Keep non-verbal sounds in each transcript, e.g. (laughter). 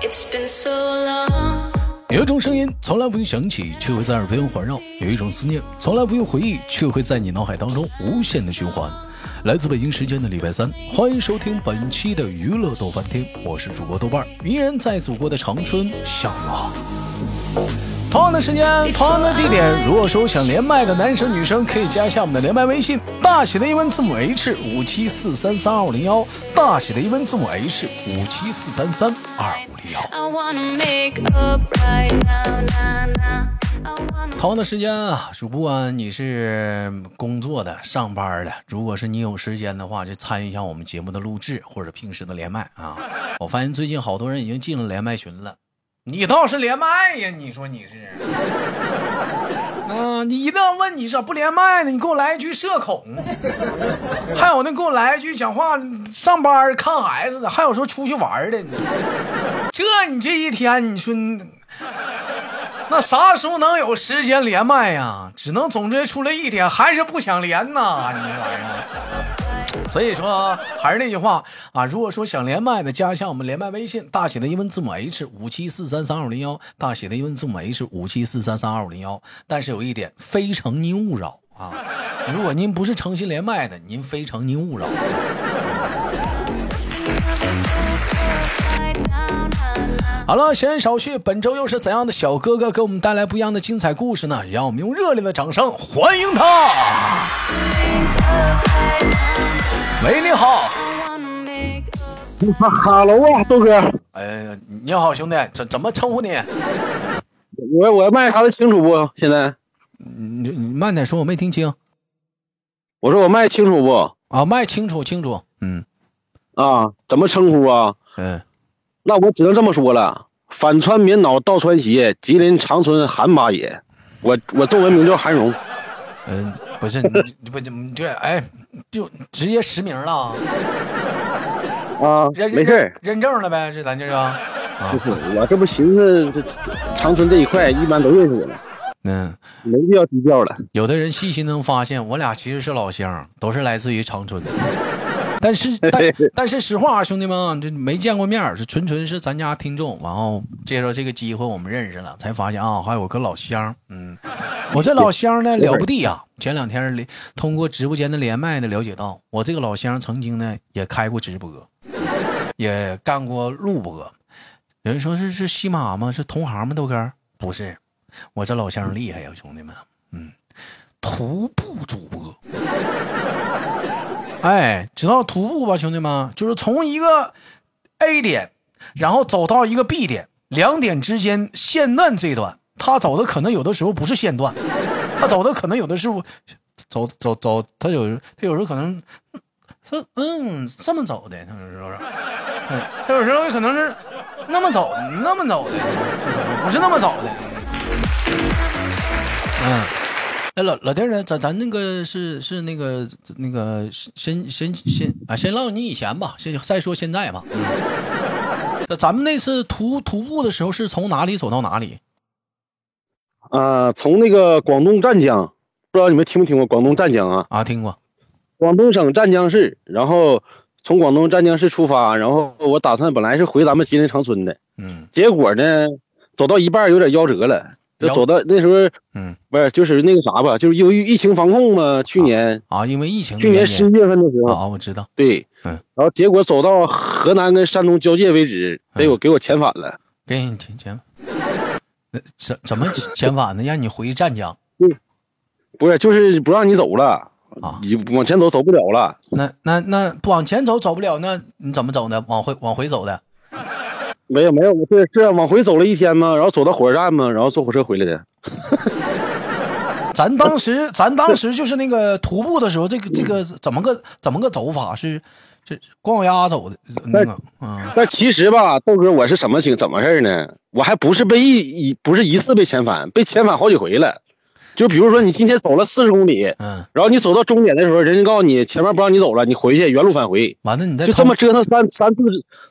It's been so long. 有一种声音从来不用想起，却会在耳边环绕；有一种思念从来不用回忆，却会在你脑海当中无限的循环。来自北京时间的礼拜三，欢迎收听本期的娱乐豆翻天，我是主播豆瓣儿，依然在祖国的长春向你好。同样的时间，同样的地点。如果说想连麦的男生女生，可以加一下我们的连麦微信，大写的英文字母 H 五七四三三二五零幺，大写的英文字母 H 五七四三三二五零幺。 I wanna make up right now, nah, nah. I wanna 同样的时间啊，主播啊，你是工作的、上班的，如果是你有时间的话，就参与一下我们节目的录制或者平时的连麦啊。我发现最近好多人已经进了连麦群了，你倒是连麦呀？你说你是？嗯、你一定要问你咋不连麦呢？你给我来一句社恐，还有那给我来一句讲话上班看孩子的，还有说出去玩的，你这你这一天你说你。那啥时候能有时间连麦呀？只能总结出来一点，还是不想连呐，你这玩意儿。所以说，还是那句话啊，如果说想连麦的，加一下我们连麦微信，大写的英文字母 H 五七四三三二五零幺，大写的英文字母 H 五七四三三二五零幺。但是有一点，非诚您勿扰啊！如果您不是诚心连麦的，您非诚您勿扰。 right now, nah, nah. 好了，闲言少叙，本周又是怎样的小哥哥给我们带来不一样的精彩故事呢？让我们用热烈的掌声欢迎他！ Think up right now, 喂，你好。 nah. I wanna make up. 哈哈喽啊，豆哥，呃，你好，兄弟，怎怎么称呼你？我我麦啥的清楚不？现在你你慢点说，我没听清我说我麦清楚不？啊，麦清楚清楚，嗯啊，怎么称呼啊？嗯，那我只能这么说了，反穿棉袄倒穿鞋，吉林长春韩八野。我我中文名叫韩荣，嗯，不是，你你不你这哎，就直接实名了，啊，认没事儿，认证了呗，这咱这是，不是我这不寻思这长春这一块一般都认识我了，嗯，没必要低调了。有的人细心能发现，我俩其实是老乡，都是来自于长春的。但是，但但是，实话、啊，兄弟们啊，这没见过面儿，是纯纯是咱家听众。然后借着这个机会，我们认识了，才发现啊，还有个老乡。嗯，我这老乡呢了不地呀、前两天连通过直播间的连麦呢了解到，我这个老乡曾经呢也开过直播，也干过录播。有人说是是西马吗？是同行吗？豆哥儿不是，我这老乡厉害呀、兄弟们，嗯，徒步主播。 (laughs) 哎，知道徒步吧，兄弟们？就是从一个 A 点，然后走到一个 B 点，两点之间线段这一段，他走的可能有的时候不是线段， (laughs) 他走的可能有的时候走走走，他有他有时候可能说嗯这么走的，他有时候是，嗯他有时候可能是那么走那么走的，不是那么走的。嗯，哎，老老弟儿呢？咱咱那个是是那个那个先先先啊，先唠你以前吧，先再说现在吧。那咱们那次徒徒步的时候是从哪里走到哪里？啊，从那个广东湛江，不知道你们听没听过广东湛江啊？啊，听过广东省湛江市，然后从广东湛江市出发，然后我打算本来是回咱们吉林长春的，嗯结果呢，走到一半有点夭折了，就夭走到那时候嗯不是就是那个啥吧，就是由于疫情防控嘛，去年、啊，因为疫情的去年原十因一月份的时候，啊，我知道对，嗯然后结果走到河南跟山东交界为止，嗯得有给我遣返了，给你遣遣，呃怎怎么遣返呢？让你回湛江不是就是不让你走了，啊？你往前走走不了了，那那那不往前走走不了，那你怎么走的？往回往回走的？没有没有，是是往回走了一天嘛，然后走到火车站嘛，然后坐火车回来的，咱当时， (laughs) 咱当时就是那个徒步的时候，这个这个怎么个怎么个走法是，是光脚丫走的那个，嗯 (laughs) 但其实吧，豆哥，我是什么情怎么事儿呢？我还不是被一一不是一次被遣返，被遣返好几回了。就比如说你今天走了四十公里，嗯，然后你走到终点的时候，人家告诉你前面不让你走了，你回去原路返回。完了你再就这么折腾三三次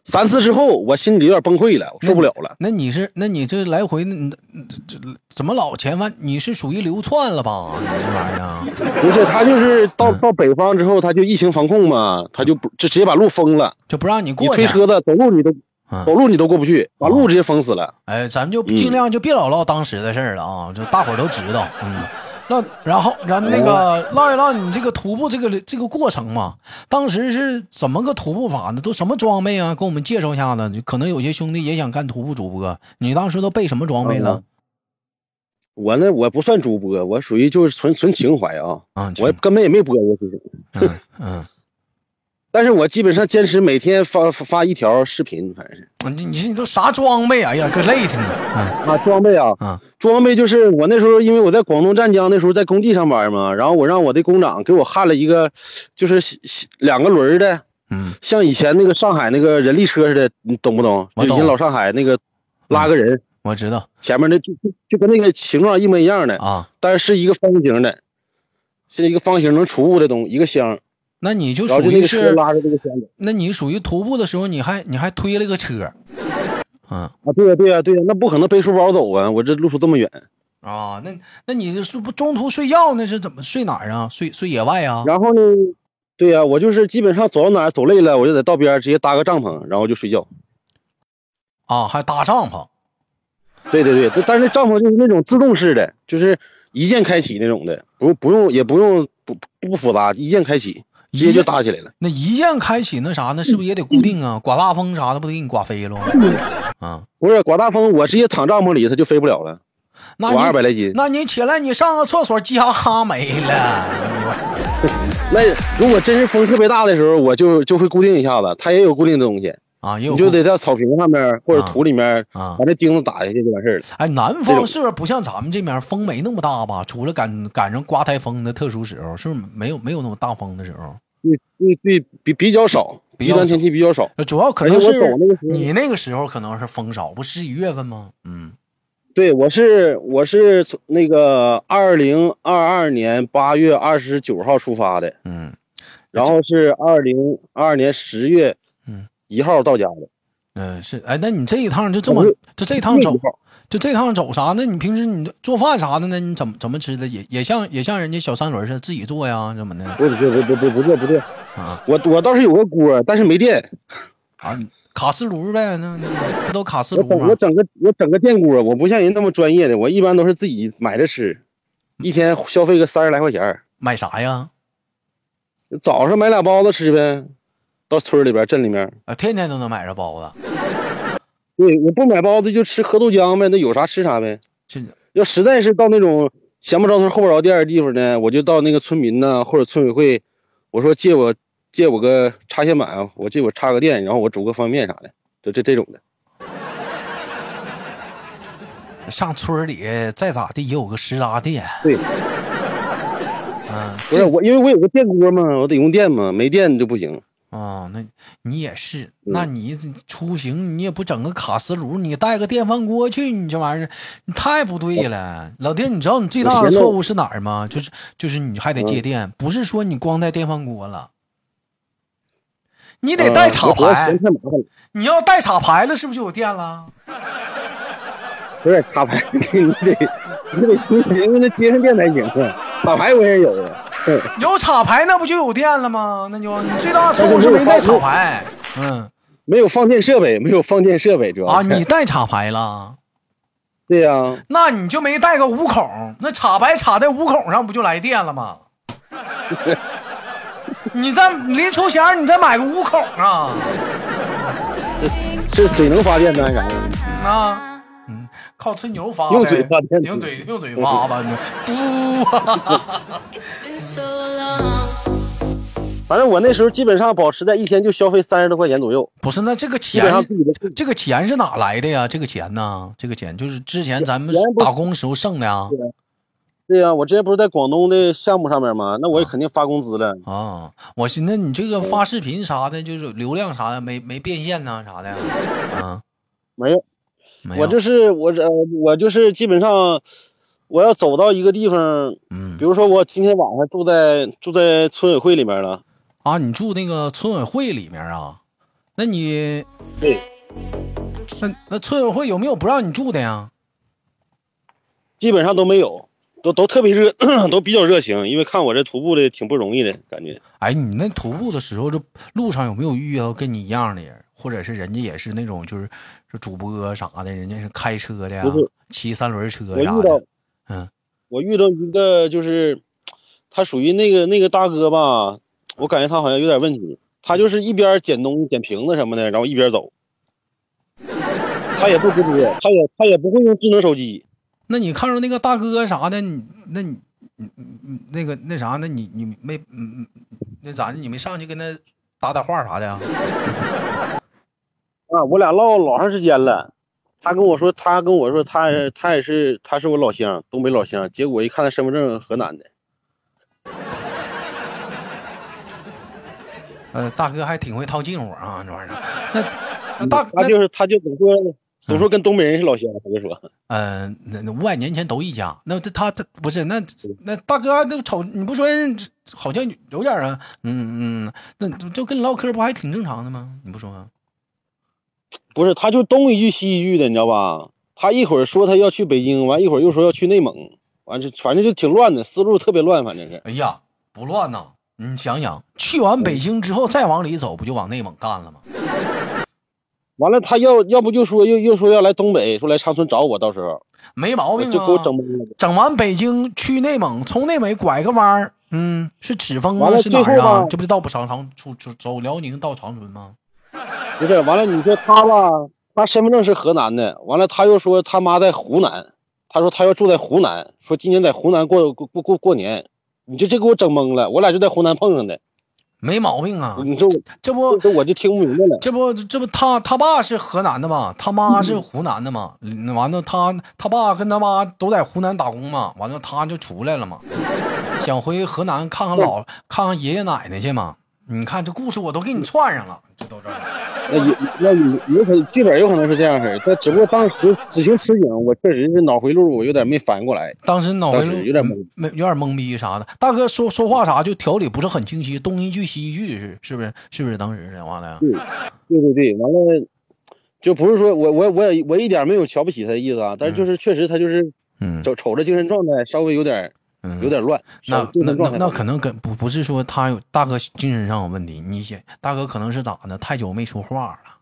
三次之后，我心里有点崩溃了，我受不了了。那你是那你这来回你这这怎么老前翻？你是属于流窜了吧？你这玩意儿啊不是他就是到嗯到北方之后，他就疫情防控嘛，他就不就直接把路封了，就不让你你过去啊哦推车子走路你都嗯走路你都过不去，把路直接封死了。哎，咱们嗯就尽量就别老唠当时的事儿了啊，就大伙儿都知道。嗯，那然后然那哦个唠一唠你这个徒步这个这个过程嘛，当时是怎么个徒步法呢？都什么装备啊？给我们介绍一下子。就可能有些兄弟也想干徒步主播，你当时都备什么装备哦了？我呢，我不算主播，我属于就是纯纯情怀啊，啊，我根本也没播过其实，嗯嗯，但是我基本上坚持每天发发发一条视频，反正是你你这都啥装备啊？哎呀，可累挺了。啊装备啊，嗯装备就是我那时候因为我在广东湛江那时候在工地上班嘛，然后我让我的工长给我焊了一个，就是西西两个轮儿的，嗯像以前那个上海那个人力车似的，你懂不懂？我就懂以前老上海那个拉个人、嗯，我知道前面那就就就跟那个形状一模一样的，啊。但是是一个方形的，是一个方形能储物的东一个箱，那你就然后属就那于个车是，拉着这个箱子。那你属于徒步的时候，你还你还推了个车，嗯。啊，对呀、对呀、对呀、那不可能背书包走啊！我这路途这么远，啊，那那你这是不中途睡觉那是怎么睡哪儿啊？睡睡野外啊？然后呢，对呀、我就是基本上走到哪儿走累了，我就在道边儿直接搭个帐篷，然后就睡觉。啊，还搭帐篷对对对，但但是那帐篷就是那种自动式的，就是一键开启那种的，不不用也不用不不复杂，一键开启直接一键就搭起来了。那一键开启那啥，那是不是也得固定啊？刮大风啥的，不得给你刮飞了？嗯啊，不是刮大风，我直接躺帐篷里，它就飞不了了。那我二百你来斤，那你起来，你上个厕所，鸡哈哈没了。那如果真是风特别大的时候，我就就会固定一下子，它也有固定的东西，啊，也有你就得在草坪上面或者啊土里面啊把那钉子打下去就完事儿了。哎，南这方种是不是不像咱们这边风没那么大吧？除了赶赶上刮台风的特殊时候，是不是没有没有那么大风的时候？对对对，比比较少，比极较端少天气比较少。呃主要可而且能我是走那个时候你那个时候可能是风少，不十一月份吗？嗯。对，我是我是从那个二零二二年八月二十九号出发的，嗯，然后是二零二二年十月嗯一号到家的。嗯，是，哎，那你这一趟就这么我是，就这一趟走1号，就这趟走啥？那你平时你做饭啥的呢？你怎么怎么吃的？也也像也像人家小三轮似的自己做呀，怎么的不不不不不不对不对，啊我我倒是有个锅，但是没电。啊？卡式炉呗，那那不都卡式我炉整我吗？整个我整个电锅，我不像人那么专业的，我一般都是自己买着吃，一天消费个三十来块钱儿。买啥呀？早上买俩包子吃呗，到村里边镇里面。啊，天天都能买着包子，对，我不买包子就吃喝豆浆呗，那有啥吃啥呗。这要实在是到那种前不着村后不着店的地方呢，我就到那个村民呐或者村委会，我说借我借我个插线板，啊我借我插个电，然后我煮个方便面啥的，就这这种的。上村儿里再咋地也有个食杂店，对，嗯，不是我，因为我有个电锅嘛，我得用电嘛，没电就不行。啊，那你也是，嗯那你这出行你也不整个卡式炉，你带个电饭锅去，你这玩意儿，你太不对了。老弟，你知道你最大我嗯的寻思错误是哪儿吗？就是就是你还得借电，不是说你光带电饭锅了，你得带呃插我主要排嫌。太麻烦了，你要带插排了，是不是就有电了？不是插排， (laughs) 你得你得你得用那接上电才行啊。插排我也有啊，嗯有插排那不就有电了吗？那就你最大的错误是没带插排。嗯没有放电设备，没有放电设备主要啊，是你带插排了。对呀、那你就没带个五孔，那插排插在五孔上不就来电了吗？你再临出前你再买个五孔啊！是水能发电的还是啥的？啊，嗯，靠吹牛发呗，用嘴发电嗯用嘴用嘴发吧，你嘟，啊 It's been so long. 反正我那时候基本上保持在一天就消费三十多块钱左右，不是那这个基本上钱自，己的自己这个钱是哪来的呀？这个钱呢？这个钱就是之前咱们钱不是打工时候剩的呀。对呀、我之前不是在广东的项目上面吗？那我也肯定发工资了。啊，我寻思你这个发视频啥的，就是流量啥的，没没变现呐啥的，啊，没有，没有，我就是我这我就是基本上，我要走到一个地方，嗯比，如说我今天晚上住在住在村委会里面了，啊，你住那个村委会里面啊？那你对，那那村委会有没有不让你住的呀？基本上都没有。都都特别热， (clears throat) 都比较热情，因为看我这徒步的挺不容易的感觉。哎，你那徒步的时候，这路上有没有遇到跟你一样的人，或者是人家也是那种就是是主播啥的，人家是开车的呀不是，骑三轮车我遇啥到的，嗯，我遇到一个就是，他属于那个那个大哥吧，我感觉他好像有点问题。他就是一边捡东西、捡瓶子什么的，然后一边走。他也不直播，他也他也不会用智能手机。那你看着那个大哥啥的，你那你你你那个那啥，那你你没嗯嗯，那咋的？你没上去跟他搭搭话啥的呀？啊，我俩唠老长时间了。他跟我说，他跟我说他，他也是，他是我老乡，东北老乡。结果一看他身份证，河南的。呃，大哥还挺会套近乎啊，这玩意儿。那那大他那就是，他就总说，总说跟东北人是老乡，他就说，嗯，那那五百年前都一家。那这他他不是那那大哥啊那个瞅你不说人好像有点啊，嗯嗯，那就就跟你唠嗑不还挺正常的吗？你不说啊吗？不是，他就东一句西一句的，你知道吧？他一会儿说他要去北京，完一会儿又说要去内蒙，完就反正就挺乱的，思路特别乱，反正是。哎呀，不乱呐！你想想，嗯去完北京之后再往里走，不就往内蒙干了吗？完了，他要要不就说又又说要来东北，说来长春找我，到时候没毛我病就啊！给我整懵了。整完北京去内蒙，从内蒙拐个弯儿，嗯，是赤峰完啊，了是哪儿最后啊吧？这不就到不长长出出走辽宁到长春吗？不是，完了你说他吧，他身份证是河南的，完了他又说他妈在湖南，他说他要住在湖南，说今年在湖南过过过过过年，你这这给我整懵了，我俩就在湖南碰上的，没毛病啊！你说我这不这我就听不明白了，这不这不他他爸是河南的嘛，他妈是湖南的嘛，嗯完了他他爸跟他妈都在湖南打工嘛，完了他就出来了嘛，想回河南看看老看看爷爷奶奶去嘛。你看这故事我都给你串上了，这都这那有那有有可能剧本有可能是这样式儿，但只不过当时此情此景，我确实是脑回路，我有点没反应过来，当时脑回当路时有点懵没有点懵逼啥的。大哥说说话啥就条理不是很清晰，东一句西一句是是不是是不是当时讲话的呀？对对对，完了就不是说我我我也我一点没有瞧不起他的意思啊，但是就是确实他就是嗯瞅瞅着精神状态稍微有点嗯，有点乱，稍那微精那神那状态那不好可能跟不不是说他有大哥精神上有问题，你想大哥可能是咋的？太久没说话了，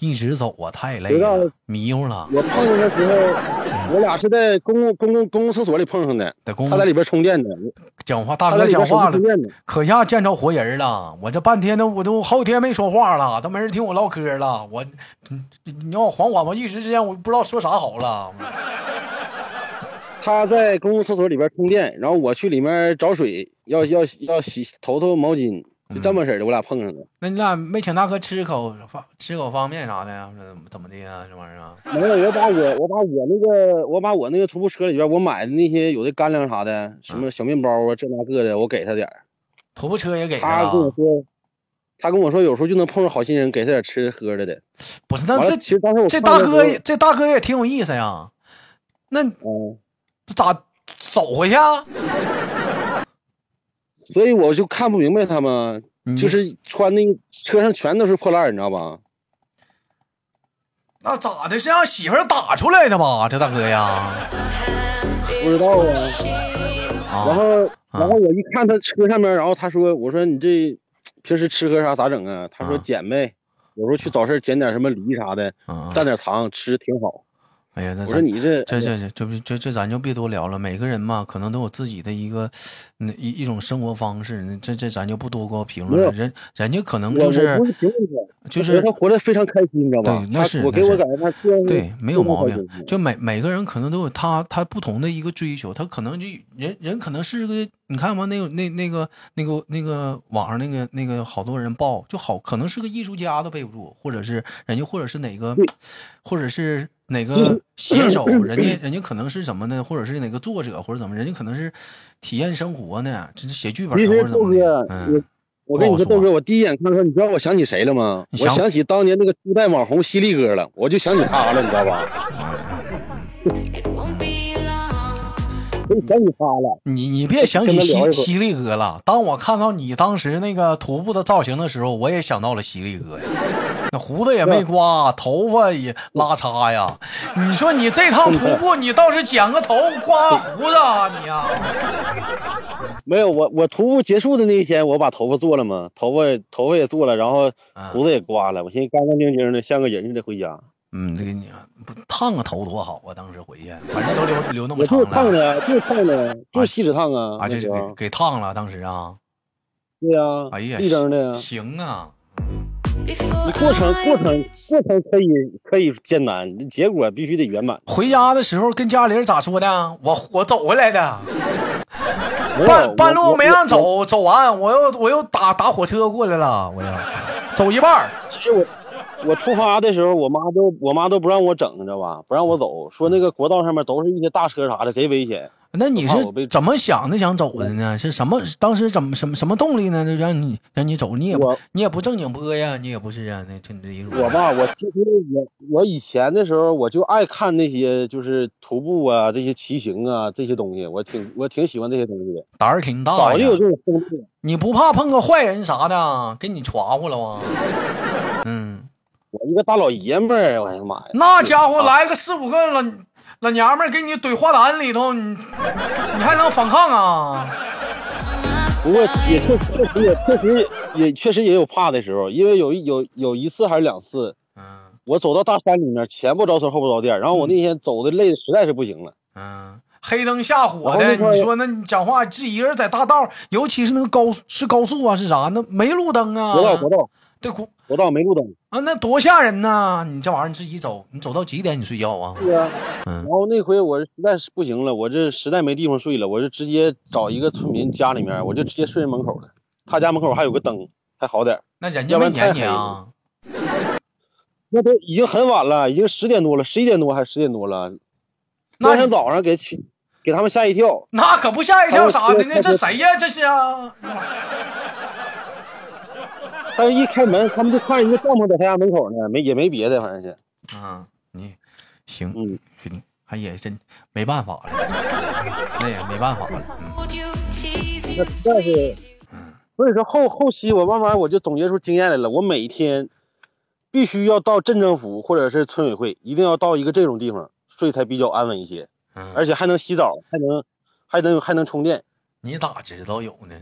一直走啊，太累有道了理，迷糊了，我碰上的时候，我俩是在公共公共公共厕所里碰上的，在公他在里边充电的，讲话，大他哥在里讲边手话机了充，电的。可下见着活人了。我这半天都我都好几天没说话了，都没人听我唠嗑了。我嗯你你让我缓缓吧，一时之间我不知道说啥好了。他在公共厕所里边充电，然后我去里面找水，要要要洗头头毛巾，就嗯这么式儿的，我俩碰上的。那你俩没请大哥吃口方吃口方便啥的呀？怎么怎么的呀？这玩意儿啊？ (laughs) 完了，我把我我把我那个我把我那个徒步车里边我买的那些有的干粮啥的，什嗯么小面包啊这那个的，我给他点儿。徒步车也给他他跟我了，说，他跟我说有时候就能碰上好心人，给他点儿吃喝的的。不是？那完了，这其实当 (laughs) 时我这碰大上的哥时候也，这大哥也挺有意思呀。那嗯，咋走回去啊？所以我就看不明白他们。你嗯就是穿那个车上全都是破烂儿，你知道吧？那咋的？是让媳妇儿打出来的吧？这大哥呀，啊不知道啊。然啊，后，啊然后我一看他车上面，然后他说：“我说你这平时吃喝啥咋整啊？”他说：“啊捡呗，有时候去早市捡点什么梨啥的，嗯蘸点糖吃挺好。”哎呀，那我咱说你这这这这这这这咱就别多聊了。每个人嘛，可能都有自己的一个那一一种生活方式，那这这咱就不多给我评论了。没人人家可能我就我是不是评论他，就我觉得是他活得非常开心，你知道吧对？那他是那我给我是感觉他虽然对，没有毛病。就就每每个人可能都有他他不同的一个追求，他可能就人人可能是个，你看吧，那个那那个那个那个网上那个那个好多人报就好，可能是个艺术家都背不住，或者是人家或者是哪个，或者是哪个写手，嗯人家人家可能是什么呢？或者是哪个作者或者怎么，人家可能是体验生活呢，这是写剧本其啊或实者怎豆么哥的，，我嗯，我跟你不好说说，豆哥，我第一眼看他，你知道我想起谁了吗？你我想想起当年那个初代网红犀利哥了，我就想起他了，你知道吧？可以全给发了。你你别想跟起他聊一会犀儿犀利哥了。当我看到你当时那个徒步的造型的时候，我也想到了犀利哥呀，那胡子也没刮，头发嗯也拉碴呀。你说你这趟徒步，你倒是剪个头，刮个胡子啊，你呀、没有，我我徒步结束的那一天，我把头发做了嘛，头发头发也做了，然后啊胡子也刮了，我寻思干干净净的，像个人似的回家。嗯，这个你不烫个头多好啊！当时回去，反正都留留那么我长就是烫了的，就是烫的，就是锡纸烫啊。啊，这是那时给候给烫了。当时啊，对呀，哎呀，力争的呀。行啊，你过程过程 Before 过程可以可以艰难，结果必须得圆满。回家的时候跟家里人咋说的？我我走回来的。没有半半哦我路我没让我走，走完我又我又打打火车过来了，我要走一半儿其实我我出发的时候，我妈都我妈都不让我整，你知道吧？不让我走，说那个国道上面都是一些大车啥的，贼危险。那你啊我怕我是被怎么想的想走的呢？是什么？当时怎么什么什么动力呢？就让你让你走，你也不我你也不正经播呀，你也不是啊，那这你这一路我吧，我其实我我以前的时候，我就爱看那些就是徒步啊，这些骑行啊，这些东西，我挺我挺喜欢这些东西的。胆儿挺大早就哎呀有，这种风气，你不怕碰个坏人啥的给你传呼了吗？嗯，我一个大老爷们儿，我的妈呀！那家伙来个四五个老老娘们儿给你怼花坛里头，你你还能反抗啊？不过也确确实也确实也确实也有怕的时候，因为有一有有一次还是两次，嗯我走到大山里面，前不着村后不着店，然后我那天走的累的实在是不行了。嗯，黑灯瞎火然后的，那块儿你说那你讲话自己一个人在大道，尤其是那个高是高速啊，是啥？那没路灯啊，国道国道对国国道没路灯，啊，那多吓人呐！你这玩意儿你自己走，你走到几点你睡觉啊？对呀、嗯然后那回我实在是不行了，我这实在没地方睡了，我就直接找一个村民家里面，我就直接睡人门口了。他家门口还有个灯，还好点儿那人家要不没撵然太你黑啊？那都已经很晚了，已经十点多了，十一点多还是十点多了。第那二天早上给起给他们吓一跳，那可不吓一跳啥的，他那会这谁呀？这是啊？但是一开门，他们就看着一个帐篷在他家门口呢，没也没别的，反正是。啊，你行，嗯行，还也真没办法了，那也没办法了。嗯 you tease you, 但是 squeeze you. 所以说后后期我慢慢我就总结出经验来了，我每天必须要到镇政府或者是村委会，一定要到一个这种地方睡才比较安稳一些，嗯，而且还能洗澡，还能还能还能充电，你咋知道有呢？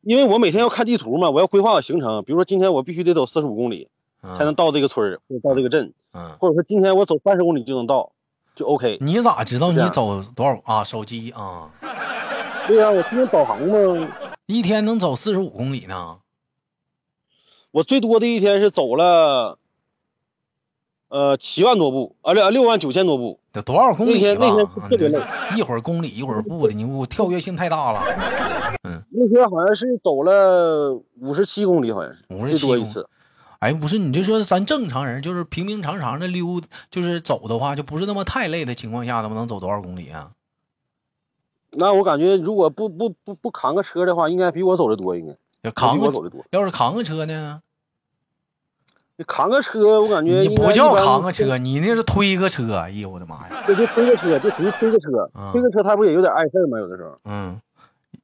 因为我每天要看地图嘛，我要规划好行程，比如说今天我必须得走四十五公里才能嗯到这个村儿或者到这个镇，嗯，或者说今天我走三十公里就能到，就 OK。你咋知道是你这样走多少啊？手机啊？对呀、我今天导航嘛，一天能走四十五公里呢？我最多的一天是走了。呃，七万多步啊，六六万九千多步，得多少公里那天吧啊那天是？特别累一会儿公里，一会儿步的，你我跳跃性太大了。那天好像是走了五十七公里，好像是57最多一次。哎，不是，你就说咱正常人，就是平平常常的溜，就是走的话，就不是那么太累的情况下，他们能走多少公里啊？那我感觉如果不不不不扛个车的话，应该比我走的多，应该要扛比我个走的多。要是扛个车呢？扛个车，我感觉你应该不叫一般扛个，车，你那是推个车。哎呦我的妈呀！对，就推个车，就属于推个车啊。推个车，他不也有点碍事儿吗？有的时候，嗯，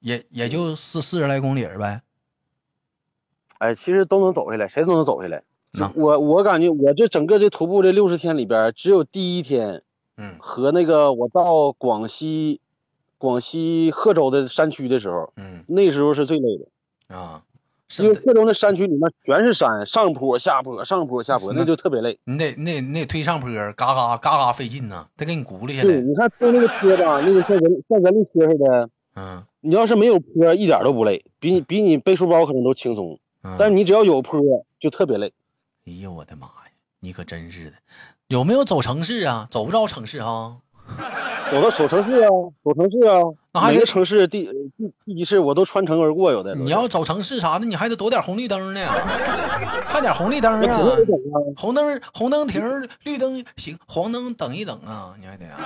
也也就四四十来公里儿呗。哎，其实都能走下来，谁都能走下来那。我我感觉我这整个这徒步这六十天里边，只有第一天嗯和那个我到广西广西贺州的山区的时候，嗯那时候是最累的。啊，因为是贺州那山区里面全是山，上坡下坡，上坡下坡，那那就特别累。你得那那推上坡儿，嘎嘎嘎嘎费劲呐，得给你轱辘下对，来。你看推那个车吧， (laughs) 那个像人像人力车似的，嗯你要是没有坡，一点都不累，比你比你背书包可能都轻松。嗯。但是你只要有坡，就特别累。哎呀，我的妈呀！你可真是的，有没有走城市啊？走不着城市啊？走到首城市啊，首城市那啊，还得每个城市第第第一市我都穿城而过，有的都是。你要走城市啥的，你还得躲点红绿 (laughs) 灯呢，看点红绿灯那肯定得啊！整啊！红灯红灯停儿，绿灯行，黄灯等一等啊！你还得啊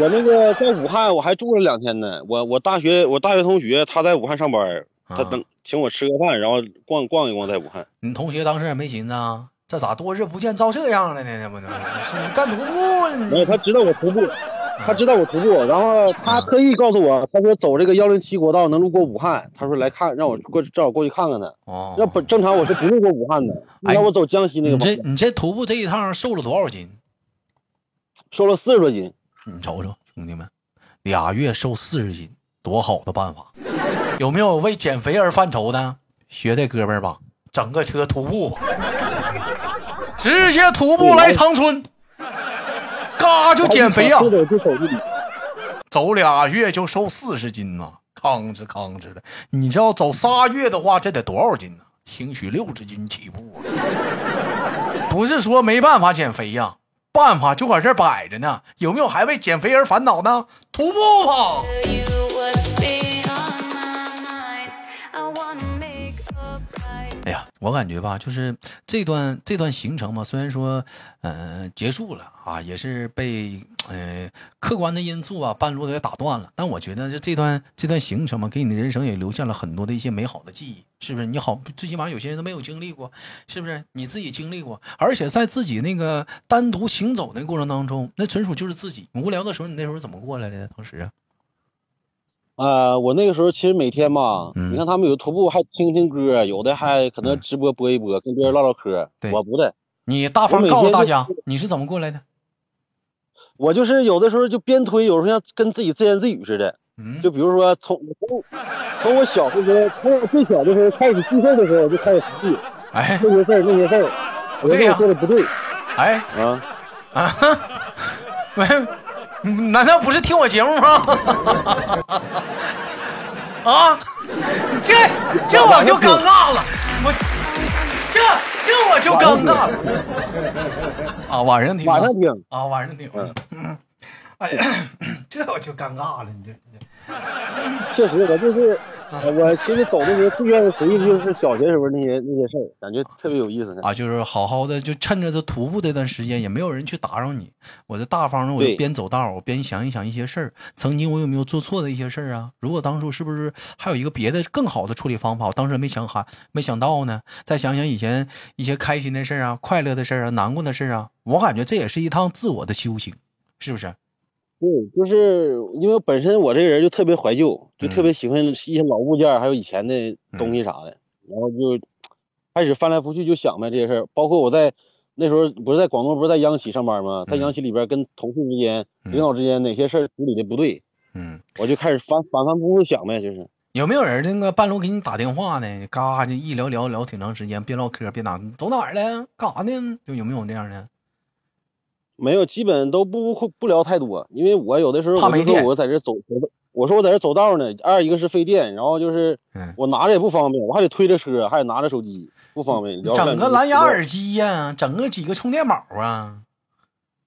我那个在武汉我还住了两天呢。我我大学我大学同学他在武汉上班，他啊等请我吃个饭，然后逛逛一逛在武汉。你同学当时也没寻思啊，这咋多日不见，遭这样了呢？这不能是你干徒步了没你有，他知道我徒步，他知道我徒步，然后他特意告诉我，他说走这个幺零七国道能路过武汉，他说来看，让我过正好过去看看他。哦，要不正常我是不路过武汉的，哎让我走江西那个你方这向，你这徒步这一趟瘦了多少斤？瘦了四十多斤。你嗯瞅瞅，兄弟们，俩月瘦四十斤，多好的办法！有没有为减肥而犯愁的？学这哥们儿吧，整个车徒步吧，直接徒步来长春，嘎就减肥啊呀、是的，我就走这里。走俩月就瘦四十斤呐、吭哧吭哧的。你知道走仨月的话，这得多少斤呢、兴许六十斤起步啊。不是说没办法减肥呀、办法就搁这儿摆着呢。有没有还为减肥而烦恼呢？徒步吧。 you what's been on my mind. I wanna make up right 哎呀，我感觉吧，就是这段这段行程吧，虽然说，嗯、结束了啊，也是被呃客观的因素啊半路给打断了，但我觉得这这段这段行程嘛，给你的人生也留下了很多的一些美好的记忆，是不是？你好，最起码有些人都没有经历过，是不是？你自己经历过，而且在自己那个单独行走的过程当中，那纯属就是自己无聊的时候，你那时候怎么过来的呢？当时啊，啊，我那个时候其实每天吧，嗯你看他们有徒步还听听歌，有的还可能直播播一播，跟别人唠唠嗑对。我不的，你大方我每告诉天大就家你是怎么过来的？我就是有的时候就边推，有时候像跟自己自言自语似的。嗯，就比如说从从从我小的时候，从我最小的时候开始记事儿的时候，我就开始记哎这些事儿那些事儿，我对觉得呀我做的不对哎。啊。啊，没，嗯 (laughs) 难道不是听我节目吗？ (laughs) 啊，这这我就尴尬了，我这这我就尴尬了。啊，晚上听吧，晚上听啊，晚上听，嗯，哎呀， (coughs) 这我就尴尬了，你这你这确实，我就是啊呃我其实走的时候最愿意回忆的就是小学时候那些那些事儿，感觉特别有意思呢。啊，就是好好的，就趁着这徒步这段时间，也没有人去打扰你，我就大方的，我就对边走道儿，我边想一想一些事儿，曾经我有没有做错的一些事儿啊？如果当初是不是还有一个别的更好的处理方法？我当时没想还没想到呢。再想想以前一些开心的事儿啊，快乐的事儿啊，难过的事儿啊，我感觉这也是一趟自我的修行，是不是？对，就是因为本身我这个人就特别怀旧，就嗯特别喜欢一些老物件儿，还有以前的东西啥的，然后就开始翻来覆去就想呗这些事儿。包括我在那时候不是在广东，不是在央企上班吗？在嗯央企里边跟同事之间、嗯领导之间哪些事儿处理的不对，嗯，我就开始翻反反复复想呗，就是。有没有人那个半路给你打电话呢？嘎就一聊聊聊挺长时间，别唠嗑，别打，你走哪儿了？干啥呢？就有没有这样的？没有，基本都不不不聊太多，因为我有的时候怕我没就说电我在这走，我说我在这走道呢，二一个是费电，然后就是嗯。我拿着也不方便，我还得推着车，啊还得拿着手机，不方便。聊嗯整两个句蓝牙不耳机呀、整个几个充电宝啊，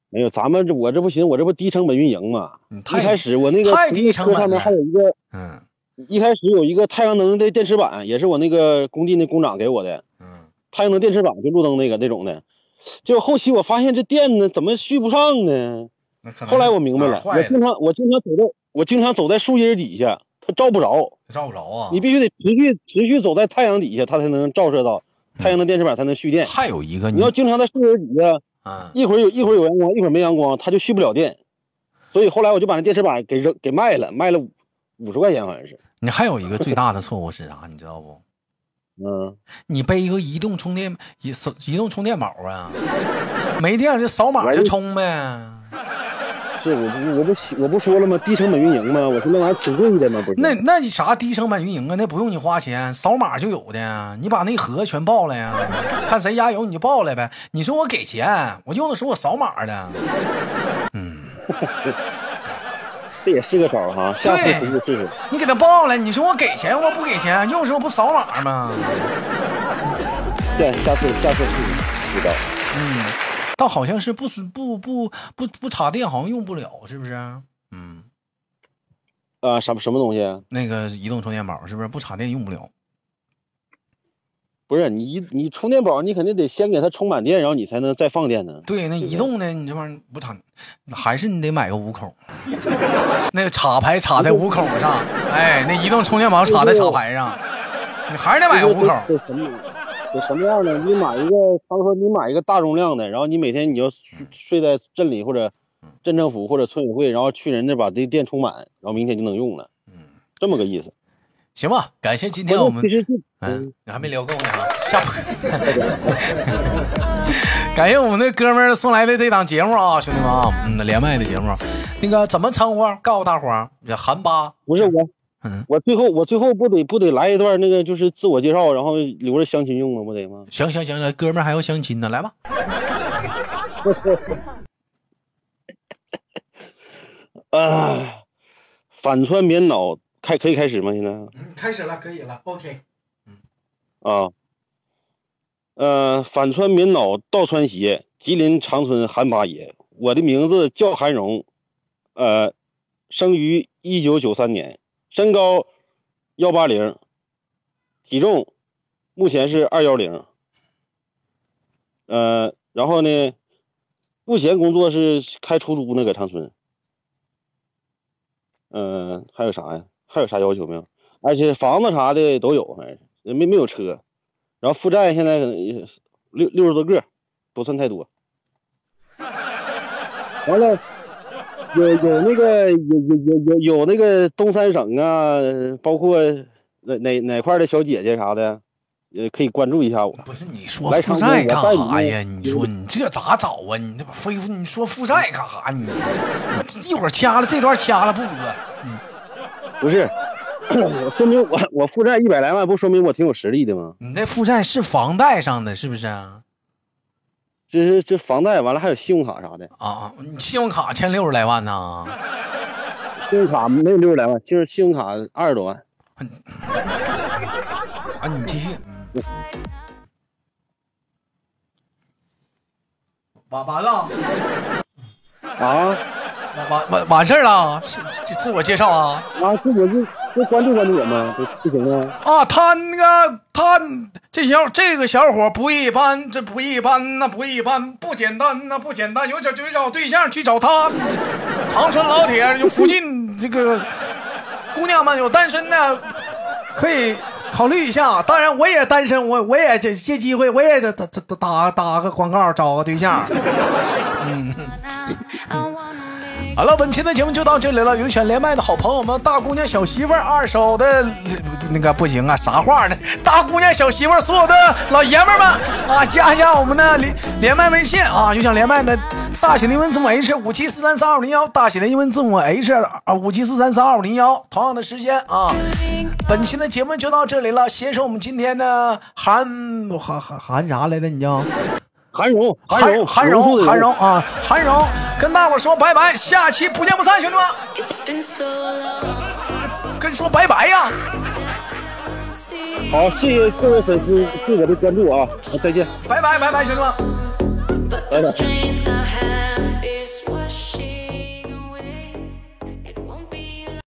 没有，咱们这我这不行，我这不低成本运营嘛。你嗯一开太始我那个太公低司成车本上面了还有一个，嗯一开始有一个太阳能的电池板，也是我那个工地那工长给我的嗯太阳能电池板，就路灯那个那种的。就后期我发现这电呢怎么续不上呢？，那可能后来我明白哪儿了，我坏经常我经常走在我经常走在树荫底下，它照不着。照不着啊。你必须得持续持续走在太阳底下，它才能照射到太阳能电池板才能蓄电。还有一个你你要经常在树荫底下，嗯一会儿有一会儿有阳光，一会儿没阳光，它就蓄不了电。所以后来我就把那电池板给扔给卖了，卖了五十块钱好像是。你还有一个最大的错误是啥？你知道不？嗯，你背一个移动充电移手移动充电宝啊，没电了就扫码我就就充呗。这我不我不喜我不说了吗？低成本运营吗？我说那玩意儿挺贵的吗？不是？那那你啥低成本运营啊？那不用你花钱，扫码就有的。你把那盒全报了呀，看谁家有你就报了呗。你说我给钱，我用的时候我扫码的。这也是个招儿哈，下次对徒步试试。你给他报了，你说我给钱，我不给钱，用的时候不扫码吗？对，下次下次试试，知道。但嗯好像是不是不不不不插电，好像用不了，是不是？嗯，啊、什么什么东西啊？那个移动充电宝是不是不插电用不了？不是你一你充电宝，你肯定得先给它充满电，然后你才能再放电呢。对，那移动的你这玩意儿不插，还是你得买个五孔， (laughs) 那个插排插在五孔上，哎，那移动充电宝插在插排上，你还是得买个五这孔。这什么这什么嗯样的？你买一个，他说你买一个大容量的，然后你每天你要睡睡在镇里或者镇政府或者村委会，然后去人那把这电充满，然后明天就能用了，嗯，这么个意思。行吧，感谢今天我们其，实就嗯，你还没聊够呢啊，下播。 (laughs) 感谢我们的哥们儿送来的这档节目啊，兄弟们啊，嗯，连麦的节目，那个怎么称呼？啊告诉大伙儿，这韩八，不是我，嗯，我最后我最后不得不得来一段那个就是自我介绍，然后留着相亲用吗？不得吗？行行行，哥们儿还要相亲呢，来吧，啊，反穿棉袄开可以开始吗？现在嗯开始了，可以了，OK，啊，呃，反穿棉袄倒穿鞋，吉林长春韩八爷，我的名字叫韩荣，呃，生于一九九三年，身高幺八零，体重目前是二幺零，呃，然后呢，目前工作是开出租呢，搁长春。嗯、还有啥呀？还有啥要求没有？而且房子啥的都有，反正是没没有车。然后负债现在可能也是六六十多个，不算太多。 (laughs) 完了，有有那个有有有有有那个东三省啊，包括哪哪哪块儿的小姐姐啥的，也可以关注一下我。不是你说来负债干长春我啥带你呀？你说你这咋找啊？你这不非你说负债干啥？你你一会儿掐了这段掐了不播，不是，说明我我负债一百来万，不说明我挺有实力的吗？你那负债是房贷上的，是不是啊？这是这房贷，完了还有信用卡啥的，啊，你信用卡欠六十来万呢？信用卡没有六十来万，就是信用卡二十多万。啊，你继续。完完了，啊完完完完事儿了，啊是是自我介绍啊啊！这我就就关注关注我嘛，不不行吗？啊，他那个他这小这个小伙不一般，这不一般那不一般，不简单那不简单，有找就找对象去找他，长春老铁有附近这个姑娘们有单身的可以考虑一下，当然我也单身，我我也借借机会，我也打打打打个广告找个对象。 I wanna make 好了，本期的节目就到这里了。有想连麦的好朋友们，大姑娘、小媳妇儿、二手的那个不行啊，啥话呢？大姑娘、小媳妇儿，所有的老爷们儿们啊，加一下我们的连连麦微信啊。有想连麦的，大写的英文字母 H 五七四三三二五零幺，大写的英文字母 H 啊五七四三三二五零幺。同样的时间啊，本期的节目就到这里了。携手我们今天的韩韩韩韩啥来着？你叫？韩荣，韩荣，韩树荣，的韩荣啊，韩荣，跟大伙儿说拜拜，下期不见不散，兄弟们， It's been so long 跟说拜拜呀。 see 好，谢谢各位粉丝对我的关注啊，再见。拜拜拜拜，兄弟们。 but the strength I